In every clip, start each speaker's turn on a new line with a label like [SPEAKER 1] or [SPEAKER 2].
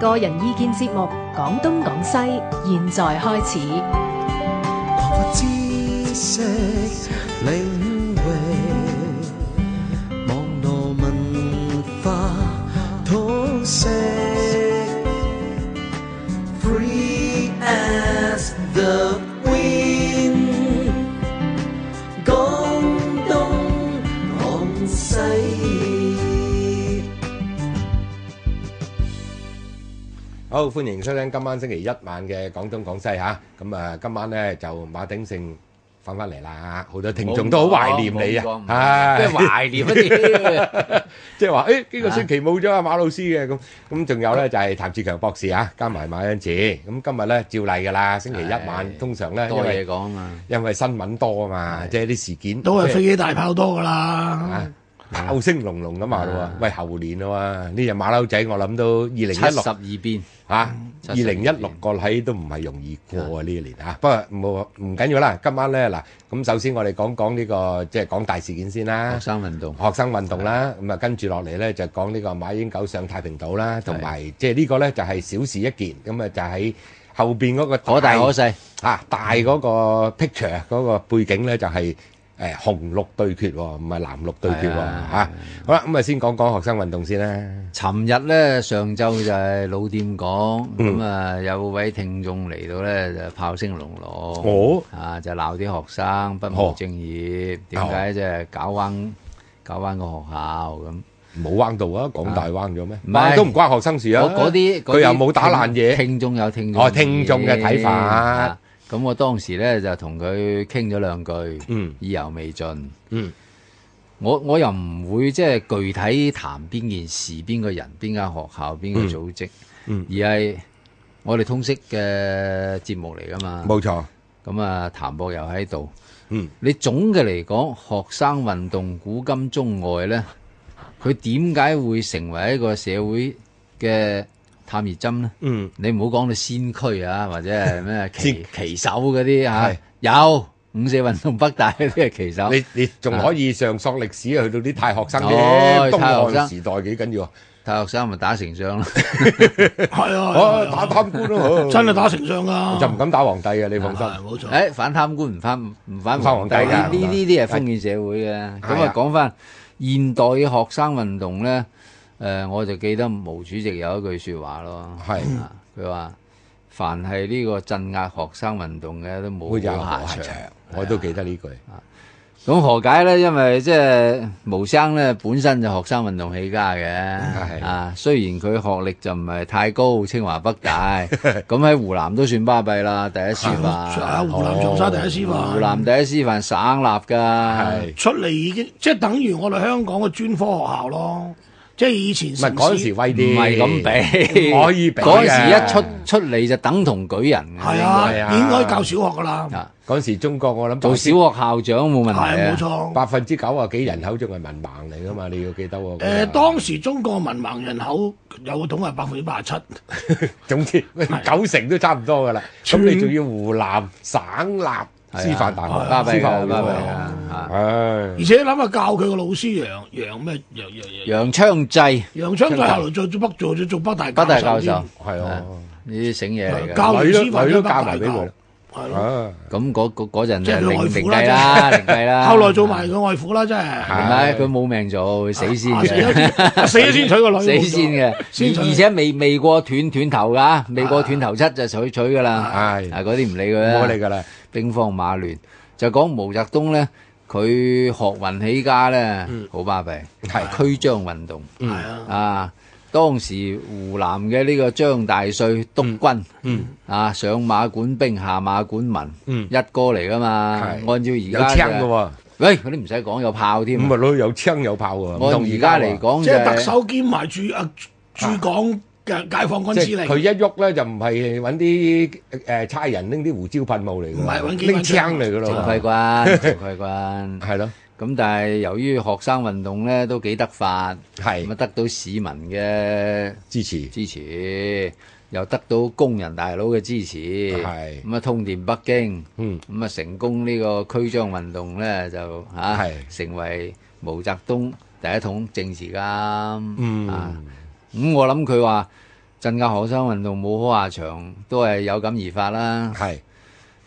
[SPEAKER 1] 個人意見節目《廣東廣西》，現在開始。
[SPEAKER 2] 擴闊知識領域，網絡文化通識，Free as the wind，廣東廣西。
[SPEAKER 3] 好，歡迎收聽今晚星期一晚嘅廣東廣西嚇。咁啊，今晚咧就馬鼎盛翻翻嚟啦，好多聽眾都好懷念你
[SPEAKER 4] 冇講冇
[SPEAKER 3] 啊，
[SPEAKER 4] 講
[SPEAKER 3] 唉，
[SPEAKER 4] 即係懷念一啲。
[SPEAKER 3] 即係話誒呢個星期冇咗阿馬老師嘅咁，咁仲有咧就係譚志強博士啊，加埋馬恩慈。咁今日咧照例㗎啦，星期一晚
[SPEAKER 4] 係
[SPEAKER 3] 通常咧因為
[SPEAKER 4] 多嘢講啊嘛。
[SPEAKER 3] 因為新聞多啊嘛，即係啲事件
[SPEAKER 5] 都係飛機大炮多噶啦。
[SPEAKER 3] 啊炮聲隆隆咁話咯
[SPEAKER 4] 啊
[SPEAKER 3] 喎，喂後年啊嘛，呢隻馬騮仔我諗都二零一六。
[SPEAKER 4] 72變。
[SPEAKER 3] 嚇，二
[SPEAKER 4] 72
[SPEAKER 3] 零一六個禮都唔係容易過啊！呢一年嚇，不過冇唔緊要啦。今晚咧嗱，咁首先我哋講講呢個即係講大事件先啦，
[SPEAKER 4] 學生運動。
[SPEAKER 3] 學生運動啦，咁啊跟住落嚟咧就講呢個馬英九上太平島啦，同埋即係呢個咧就係小事一件，咁啊就喺後邊嗰個
[SPEAKER 4] 可大可細。
[SPEAKER 3] 啊大嗰個 picture 嗰個背景咧就係誒紅綠對決喎，唔係藍綠對決喎
[SPEAKER 4] 係啊
[SPEAKER 3] 嚇。好啦，咁啊先講講學生運動先啦，
[SPEAKER 4] 尋日呢，上晝就係老店講，
[SPEAKER 3] 嗯。
[SPEAKER 4] 咁啊，有位聽眾嚟到呢，就炮聲隆隆。
[SPEAKER 3] 哦。
[SPEAKER 4] 啊，就鬧啲學生不務
[SPEAKER 3] 哦。
[SPEAKER 4] 正業，點解即係搞彎-搞彎個學校咁。
[SPEAKER 3] 冇彎到啊，港大彎咗咩？
[SPEAKER 4] 唔係
[SPEAKER 3] 彎都唔關學生事啊，
[SPEAKER 4] 我嗰啲
[SPEAKER 3] 佢又冇打爛嘢
[SPEAKER 4] 聽眾有聽眾
[SPEAKER 3] 哦聽眾嘅睇法
[SPEAKER 4] 啊咁我當時咧就同佢傾咗兩句，
[SPEAKER 3] 嗯
[SPEAKER 4] 意猶未盡。
[SPEAKER 3] 嗯。
[SPEAKER 4] 我我又唔會即係具體談邊件事、邊個人、邊間學校、邊個
[SPEAKER 3] 嗯
[SPEAKER 4] 組織，
[SPEAKER 3] 嗯
[SPEAKER 4] 而係我哋通識嘅節目嚟㗎嘛。
[SPEAKER 3] 冇錯，
[SPEAKER 4] 咁啊，譚博又喺度。
[SPEAKER 3] 嗯，
[SPEAKER 4] 你總嘅嚟講，學生運動古今中外呢，佢點解會成為一個社會嘅探熱針呢？
[SPEAKER 3] 嗯，
[SPEAKER 4] 你唔好講到先驅啊，或者係咩 旗
[SPEAKER 3] 先
[SPEAKER 4] 旗手嗰
[SPEAKER 3] 係
[SPEAKER 4] 啲嚇，有五四運動北大嗰啲係旗手。
[SPEAKER 3] 你你仲可以上溯歷史去到啲太學生
[SPEAKER 4] 哦
[SPEAKER 3] 嘅東
[SPEAKER 4] 太學
[SPEAKER 3] 漢
[SPEAKER 4] 生
[SPEAKER 3] 時代幾緊要啊！
[SPEAKER 4] 大學生咪打成仗咯，
[SPEAKER 5] 係
[SPEAKER 3] 哦，
[SPEAKER 5] 啊，
[SPEAKER 3] 打貪官咯，
[SPEAKER 5] 真係打成仗噶，
[SPEAKER 3] 就唔敢打皇帝嘅，你放
[SPEAKER 5] 係
[SPEAKER 3] 心。
[SPEAKER 5] 冇錯。
[SPEAKER 4] 誒哎反貪官唔反唔反
[SPEAKER 3] 唔反
[SPEAKER 4] 皇
[SPEAKER 3] 皇
[SPEAKER 4] 帝啊
[SPEAKER 3] 帝㗎
[SPEAKER 4] 呢呢呢啲係封建社會嘅。咁
[SPEAKER 3] 係啊
[SPEAKER 4] 啊講翻現代嘅學生運動咧，誒我就記得毛主席有一句説話咯，
[SPEAKER 3] 係
[SPEAKER 4] 啊佢話凡係呢個鎮壓學生運動嘅都
[SPEAKER 3] 會
[SPEAKER 4] 冇
[SPEAKER 3] 有
[SPEAKER 4] 好
[SPEAKER 3] 下
[SPEAKER 4] 下
[SPEAKER 3] 場
[SPEAKER 4] 場。，
[SPEAKER 3] 我都記得呢句。
[SPEAKER 4] 咁何解咧？因為即係毛生咧，本身就學生運動起家嘅，
[SPEAKER 3] 係
[SPEAKER 4] 啊，雖然佢學歷就唔係太高，清華北 大，咁喺湖南都算巴閉啦，第一師
[SPEAKER 5] 啊，
[SPEAKER 4] 範，
[SPEAKER 5] 湖南長沙第一師
[SPEAKER 4] 湖
[SPEAKER 5] 範，
[SPEAKER 4] 南第一師範省立㗎，
[SPEAKER 3] 係
[SPEAKER 5] 出嚟已經即係等於我哋香港嘅專科學校咯，即係以前
[SPEAKER 3] 唔係
[SPEAKER 5] 城
[SPEAKER 3] 嗰
[SPEAKER 5] 市
[SPEAKER 3] 陣時威
[SPEAKER 4] 唔
[SPEAKER 3] 啲，
[SPEAKER 4] 係咁比，
[SPEAKER 3] 唔可以比嘅
[SPEAKER 4] 嗰陣時一出出嚟就等同舉人嘅，
[SPEAKER 5] 係
[SPEAKER 3] 係啊
[SPEAKER 5] 啊，已經可以教小學噶啦，
[SPEAKER 4] 啊，
[SPEAKER 3] 嗰陣時中國我諗
[SPEAKER 4] 做小學校長冇問題
[SPEAKER 5] 係
[SPEAKER 4] 啊
[SPEAKER 5] 冇。錯。
[SPEAKER 3] 百分之九啊幾人口仲係文盲嚟㗎嘛，你要記得喎。
[SPEAKER 5] 誒，當時中國文盲人口有個統係百分之八十七，
[SPEAKER 3] 總之九成都差唔多㗎啦。咁你仲要湖南省立師範大學，
[SPEAKER 4] 巴閉
[SPEAKER 3] 師範學
[SPEAKER 4] 㗎，巴
[SPEAKER 3] 院
[SPEAKER 4] 閉
[SPEAKER 3] 喎
[SPEAKER 4] 㗎，啊
[SPEAKER 3] 唉
[SPEAKER 5] 而且諗下教佢個老師楊楊咩楊楊楊
[SPEAKER 4] 楊昌濟
[SPEAKER 5] 楊昌濟後來再做北做咗做北大
[SPEAKER 4] 北大教授，
[SPEAKER 5] 添
[SPEAKER 4] 呢
[SPEAKER 3] 係啊，
[SPEAKER 4] 啲醒嘢嚟㗎。
[SPEAKER 5] 教
[SPEAKER 3] 女都
[SPEAKER 5] 師範
[SPEAKER 3] 女
[SPEAKER 5] 都
[SPEAKER 3] 都
[SPEAKER 5] 北
[SPEAKER 3] 嫁
[SPEAKER 5] 大
[SPEAKER 3] 埋俾
[SPEAKER 5] 教
[SPEAKER 3] 佢。
[SPEAKER 5] 係咯。
[SPEAKER 3] 啊！
[SPEAKER 4] 咁嗰嗰嗰陣
[SPEAKER 5] 即係佢
[SPEAKER 4] 就
[SPEAKER 5] 外
[SPEAKER 4] 另另
[SPEAKER 5] 父
[SPEAKER 4] 計
[SPEAKER 5] 啦
[SPEAKER 4] 啦， 另計啦。
[SPEAKER 5] 後來做埋佢外父啦，真係
[SPEAKER 4] 唔啊係佢冇命做，會死先
[SPEAKER 5] 啊死咗
[SPEAKER 4] 嘅，
[SPEAKER 5] 先死咗先娶個女，
[SPEAKER 4] 死先嘅，
[SPEAKER 5] 先娶
[SPEAKER 4] 而而且未未過斷斷頭㗎，未過斷頭七就取取㗎啦。
[SPEAKER 3] 係
[SPEAKER 4] 啊，嗰啲唔理佢啦。
[SPEAKER 3] 冇理㗎啦，
[SPEAKER 4] 兵荒馬亂，就講毛澤東咧，佢學運起家咧，好巴閉，
[SPEAKER 3] 係
[SPEAKER 4] 區張運動
[SPEAKER 5] 係啊，
[SPEAKER 4] 啊！當時湖南嘅呢個張大帥督軍，啊上馬管兵，下馬管民，
[SPEAKER 3] 嗯
[SPEAKER 4] 一哥嚟噶嘛。
[SPEAKER 3] 係
[SPEAKER 4] 按照
[SPEAKER 3] 有
[SPEAKER 4] 而家
[SPEAKER 3] 槍
[SPEAKER 4] 嘅
[SPEAKER 3] 㗎，喎。
[SPEAKER 4] 喂，嗰啲唔使講，有炮添啊。
[SPEAKER 3] 咁啊，攞有槍有炮喎。唔
[SPEAKER 4] 按
[SPEAKER 3] 同
[SPEAKER 4] 而家
[SPEAKER 3] 喎，
[SPEAKER 4] 嚟講
[SPEAKER 5] 即
[SPEAKER 4] 就
[SPEAKER 5] 係
[SPEAKER 4] 係
[SPEAKER 5] 特首兼埋駐啊駐港嘅解放軍
[SPEAKER 3] 即
[SPEAKER 5] 司
[SPEAKER 3] 係佢
[SPEAKER 5] 令，
[SPEAKER 3] 一喐咧就唔係揾啲誒差人拎啲胡椒噴霧嚟㗎喎，
[SPEAKER 5] 唔係揾機關槍
[SPEAKER 3] 拎槍嚟㗎
[SPEAKER 4] 正規
[SPEAKER 3] 咯。
[SPEAKER 4] 軍，正規軍。
[SPEAKER 3] 係咯，
[SPEAKER 4] 咁但係由於學生運動咧都幾得法，咁啊
[SPEAKER 3] 係
[SPEAKER 4] 得到市民嘅
[SPEAKER 3] 支持
[SPEAKER 4] 支持，又得到工人大佬嘅支持，
[SPEAKER 3] 係
[SPEAKER 4] 咁啊通電北京，
[SPEAKER 3] 嗯
[SPEAKER 4] 咁啊成功呢個區張運動咧就嚇、啊
[SPEAKER 3] 係
[SPEAKER 4] 成為毛澤東第一桶政治監，
[SPEAKER 3] 嗯
[SPEAKER 4] 啊咁我諗佢話鎮壓學生運動冇可下場，都係有感而發啦。
[SPEAKER 3] 係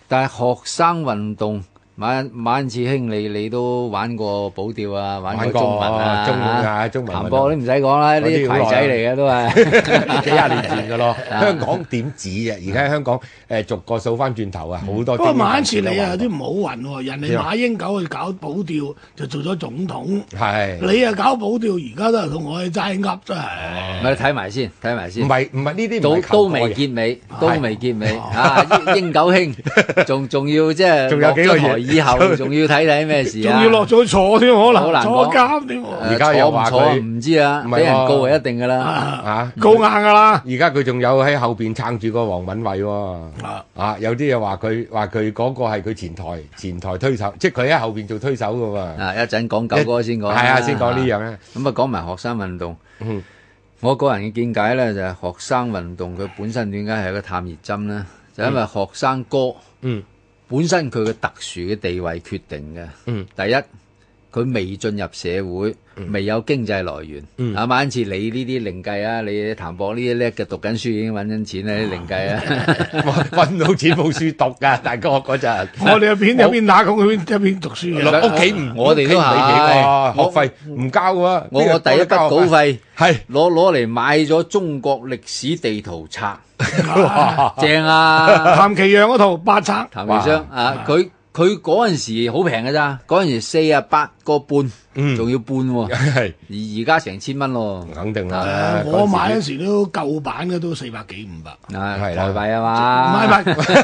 [SPEAKER 4] 但係學生運動，晚晚次興你你都玩過保釣啊，玩過
[SPEAKER 3] 玩過
[SPEAKER 4] 中文啊，
[SPEAKER 3] 中文啊
[SPEAKER 4] 嚇
[SPEAKER 3] 中文運動
[SPEAKER 4] 彈波都唔使講啦，呢啲
[SPEAKER 3] 嗰啲
[SPEAKER 4] 牌
[SPEAKER 3] 好
[SPEAKER 4] 仔
[SPEAKER 3] 耐啦啊
[SPEAKER 4] 嚟嘅都係。
[SPEAKER 3] 幾廿年前 噶咯，香港點止啊？而家香港誒逐個數翻轉頭啊，好多。
[SPEAKER 5] 不過馬恩賜你啊，有啲唔好運喎。人哋馬英九去搞保釣就做咗總統，
[SPEAKER 3] 係
[SPEAKER 5] 你啊搞保釣，而家都係同我哋齋噏真係。
[SPEAKER 4] 我哋睇埋先，睇埋
[SPEAKER 3] 唔
[SPEAKER 4] 先。
[SPEAKER 3] 係唔係呢啲唔
[SPEAKER 4] 都
[SPEAKER 3] 係
[SPEAKER 4] 都
[SPEAKER 3] 求過
[SPEAKER 4] 未
[SPEAKER 3] 嘅。哦
[SPEAKER 4] 結尾，都未結尾啊！英 九兄，仲仲要即係
[SPEAKER 3] 仲有幾個
[SPEAKER 4] 落咗台
[SPEAKER 3] 月
[SPEAKER 4] 以後，仲要睇睇咩事
[SPEAKER 5] 仲
[SPEAKER 4] 啊！
[SPEAKER 5] 要落咗坐添，可
[SPEAKER 4] 好
[SPEAKER 5] 能
[SPEAKER 4] 難講
[SPEAKER 5] 坐監添喎，
[SPEAKER 3] 而家又話佢
[SPEAKER 4] 坐唔坐唔知啊
[SPEAKER 3] 唔，係
[SPEAKER 4] 俾人
[SPEAKER 3] 喎
[SPEAKER 4] 告係一定噶啦。
[SPEAKER 5] 啊
[SPEAKER 3] 啊！
[SPEAKER 5] 高硬噶啦。
[SPEAKER 3] 而家佢仲有喺後邊撐住個黃敏惠喎、
[SPEAKER 5] 啊
[SPEAKER 3] 啊！有啲又話佢話佢嗰個係佢前台前台推手，即係佢喺後邊做推手噶嘛。
[SPEAKER 4] 啊，一陣講九哥先講啦。
[SPEAKER 3] 係啊，先講呢 樣咧。
[SPEAKER 4] 咁啊，講埋學生運動。
[SPEAKER 3] 嗯
[SPEAKER 4] 我個人嘅見解咧，就係學生運動佢本身點解係一個探熱針咧？就因為學生哥
[SPEAKER 3] 嗯
[SPEAKER 4] 本身佢嘅特殊嘅地位決定嘅。
[SPEAKER 3] 嗯
[SPEAKER 4] 第一，佢未進入社會，未有經濟來源。
[SPEAKER 3] 嗯
[SPEAKER 4] 啊，晚次你呢啲另計啊，你譚博呢啲叻嘅讀緊書已經揾緊
[SPEAKER 3] 啊
[SPEAKER 4] 錢啦，啲另 計啊。
[SPEAKER 3] 揾揾到錢冇書讀㗎， 大哥嗰陣。
[SPEAKER 5] 我哋入邊一邊打工，一邊一邊讀書嘅。
[SPEAKER 3] 屋企唔
[SPEAKER 4] 我哋都
[SPEAKER 3] 屋企唔俾幾
[SPEAKER 4] 係
[SPEAKER 3] 個啊學費唔交啊！
[SPEAKER 4] 我
[SPEAKER 3] 呢個
[SPEAKER 4] 我第一筆
[SPEAKER 3] 交
[SPEAKER 4] 稿費
[SPEAKER 3] 係
[SPEAKER 4] 攞攞嚟買咗中國歷史地圖
[SPEAKER 3] 啊
[SPEAKER 4] 冊，
[SPEAKER 3] 哇
[SPEAKER 4] 正啊！
[SPEAKER 5] 譚其陽嗰套八冊，
[SPEAKER 4] 譚其商啊，佢佢嗰陣時好平嘅咋，嗰陣時四啊八個半，
[SPEAKER 3] 嗯
[SPEAKER 4] 仲要半 喎，
[SPEAKER 3] 係
[SPEAKER 4] 而而家成千蚊咯，
[SPEAKER 3] 肯定啦
[SPEAKER 5] 啊。我
[SPEAKER 3] 嗰時
[SPEAKER 5] 買嗰時都舊版嘅都四百幾五百，
[SPEAKER 4] 啊
[SPEAKER 3] 係
[SPEAKER 4] 台
[SPEAKER 3] 啦
[SPEAKER 4] 幣啊
[SPEAKER 5] 唔係唔
[SPEAKER 4] 嘛，
[SPEAKER 5] 係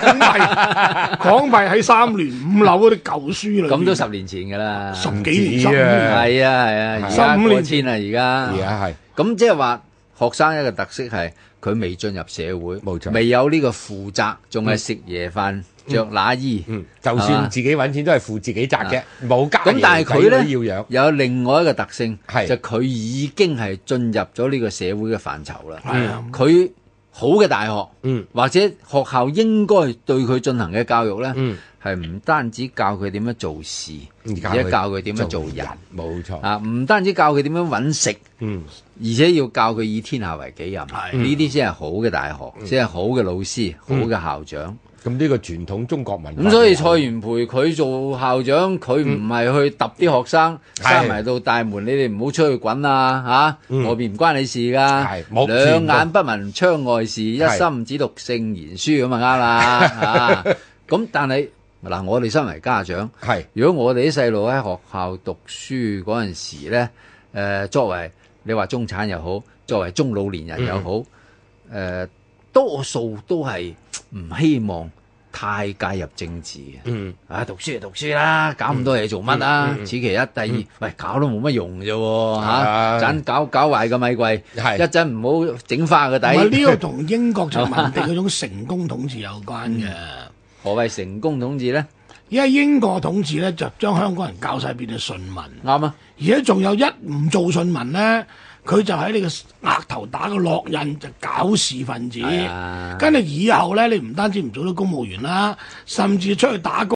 [SPEAKER 5] 港幣，港幣喺三聯五樓嗰啲舊書裏邊。
[SPEAKER 4] 咁都十年前㗎啦，
[SPEAKER 5] 十
[SPEAKER 4] 係
[SPEAKER 5] 幾年、
[SPEAKER 3] 唔
[SPEAKER 5] 十
[SPEAKER 3] 止
[SPEAKER 5] 五
[SPEAKER 4] 啊
[SPEAKER 5] 年
[SPEAKER 3] 啊，
[SPEAKER 4] 係啊，而家
[SPEAKER 5] 15
[SPEAKER 4] 過
[SPEAKER 5] 年
[SPEAKER 4] 千
[SPEAKER 5] 前
[SPEAKER 4] 啦，而家
[SPEAKER 3] 而家係
[SPEAKER 4] 咁即係話學生一個特色係佢未進入社會，
[SPEAKER 3] 冇錯
[SPEAKER 4] 未有呢個負責，仲係食夜飯、着乸衣。
[SPEAKER 3] 嗯，就
[SPEAKER 4] 係嘛
[SPEAKER 3] 算自己揾錢都係付自己責嘅，冇家
[SPEAKER 4] 咁
[SPEAKER 3] 爺
[SPEAKER 4] 但係佢
[SPEAKER 3] 仔女
[SPEAKER 4] 咧
[SPEAKER 3] 要養。
[SPEAKER 4] 有另外一個特性，
[SPEAKER 3] 係
[SPEAKER 4] 就佢已經係進入咗呢個社會嘅範疇啦。
[SPEAKER 5] 係啊
[SPEAKER 4] 佢好嘅大學，
[SPEAKER 3] 嗯
[SPEAKER 4] 或者學校應該對佢進行嘅教育咧，
[SPEAKER 3] 嗯
[SPEAKER 4] 係唔單止教佢點樣做事，
[SPEAKER 3] 而家
[SPEAKER 4] 而且教佢點樣做人
[SPEAKER 3] 冇錯。
[SPEAKER 4] 啊，唔單止教佢點樣揾食，
[SPEAKER 3] 嗯，
[SPEAKER 4] 而且要教佢以天下為己任。呢
[SPEAKER 5] 係
[SPEAKER 4] 啲先係好嘅大學，先係好嘅老師，好嘅校長。
[SPEAKER 3] 咁呢個傳統中國文化
[SPEAKER 4] 咁所以
[SPEAKER 3] 有
[SPEAKER 4] 蔡元培佢做校長，佢唔係去揼啲學生，
[SPEAKER 3] 係
[SPEAKER 4] 閂埋到大門，你哋唔好出去滾啊！嚇，
[SPEAKER 3] 嗯
[SPEAKER 4] 外邊唔關你事噶
[SPEAKER 3] 係，冇
[SPEAKER 4] 兩眼不聞窗外事，一
[SPEAKER 3] 係
[SPEAKER 4] 心只讀聖賢書咁啊啱啦嚇。咁但係嗱，我哋身為家長，
[SPEAKER 3] 係
[SPEAKER 4] 如果我哋啲細路喺學校讀書嗰陣時咧，誒、作為你話中產又好，作為中老年人又好，誒、多數都係唔希望太介入政治嘅。
[SPEAKER 3] 嗯
[SPEAKER 4] 啊，讀書就讀書啦，搞咁多嘢做乜啊？此其一，第二，喂，搞都冇乜用嘅啫喎嚇，
[SPEAKER 3] 啊
[SPEAKER 4] 盞搞搞壞個米櫃，
[SPEAKER 3] 係
[SPEAKER 4] 一陣唔好整花個
[SPEAKER 5] 唔係呢
[SPEAKER 4] 底。
[SPEAKER 5] 個同英國殖民地嗰種成功統治有關嘅。
[SPEAKER 4] 何謂成功統治咧？
[SPEAKER 5] 而家英國統治咧就將香港人教晒變咗順民，
[SPEAKER 4] 啱啊！
[SPEAKER 5] 而且仲有一唔做順民咧，佢就喺你個額頭打個烙印，就搞事分子
[SPEAKER 4] 係啊。
[SPEAKER 5] 跟住以後咧，你唔單止唔做咗公務員啦，甚至出去打工。